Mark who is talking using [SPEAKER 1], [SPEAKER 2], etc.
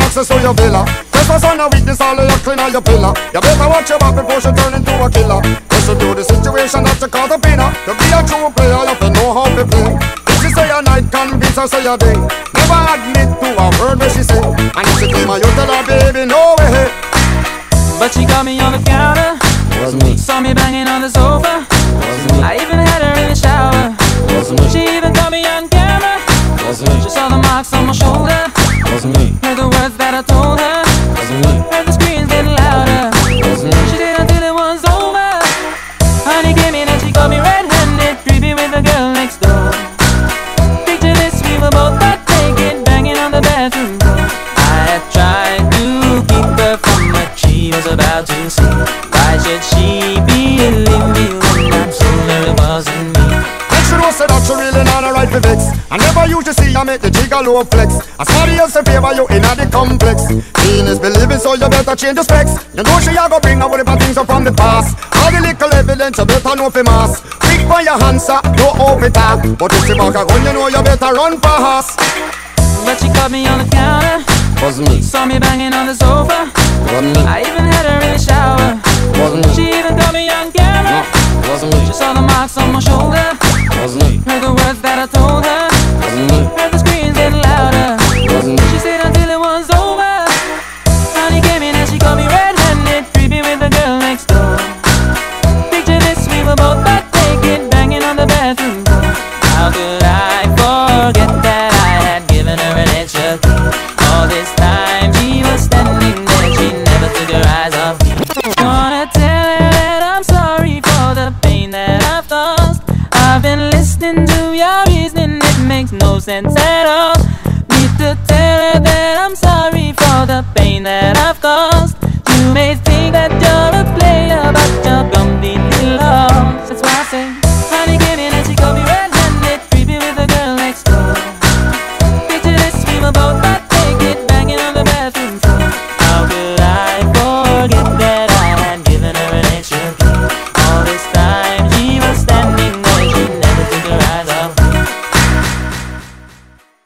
[SPEAKER 1] access to your villa. Christmas on a weakness, all of your clean all your pillar. You better watch your back before she turn into a killer. Cause she do the situation that you call the pinner. To be a true player, you have to know how to play. If she say a night, convince her say a day. Never admit to a word where she say. And if she claim a you tell her, baby, no way.
[SPEAKER 2] But she got me on the counter.
[SPEAKER 3] was me,
[SPEAKER 2] Saw me banging on the sofa.
[SPEAKER 3] was me,
[SPEAKER 2] I even had her in the shower.
[SPEAKER 3] was me,
[SPEAKER 2] She even caught me on camera.
[SPEAKER 3] was me,
[SPEAKER 2] She saw the marks on my shoulder.
[SPEAKER 3] was me,
[SPEAKER 2] Heard the words that I told her.
[SPEAKER 3] was me,
[SPEAKER 2] Heard the screams getting louder.
[SPEAKER 3] was me.
[SPEAKER 2] She did until it was over. Honey came in and she caught me red-handed, creepy with the girl next door. Picture this, we were both butt naked, banging on the bathroom door. I had tried to keep her from what she was about to see. Why should she believe me when I'm so it wasn't me?
[SPEAKER 1] Make sure you say that you really not alright for vex. I never used to see you make the gigolo flex. As somebody else in favor you in the complex. Seeing is believing, so you better change the specs. You know she a go bring up with the things up from the past. All the little evidence you better know for mass. Pick by your hands up, don't open that. But if she back a gun, you know you better run fast.
[SPEAKER 2] But she caught me on the counter,
[SPEAKER 3] Was me,
[SPEAKER 2] saw me banging on the sofa.
[SPEAKER 3] was me,
[SPEAKER 2] I even had her in the shower.
[SPEAKER 3] was me,
[SPEAKER 2] She even caught me on camera.
[SPEAKER 3] was me,
[SPEAKER 2] She saw the marks on my shoulder.
[SPEAKER 3] was me,
[SPEAKER 2] Heard the words that I told her.
[SPEAKER 3] was me,
[SPEAKER 2] Heard the screams getting louder.
[SPEAKER 3] was me.
[SPEAKER 2] She said until it was over. Honey came in and she caught me red-handed, creepy with the girl next door. Picture this, we were both butt naked, banging on the bathroom door. How could I forget that I had given her an extra key? All this time she was standing there, she never took her eyes off me. Wanna tell her that I'm sorry for the pain that I've caused. I've been listening to your reasoning, it makes no sense at all. Need to tell her that I'm sorry for the pain that I've caused. You may think that you're a player, but you're completely lost. That's why I say, honey, give me that she call me red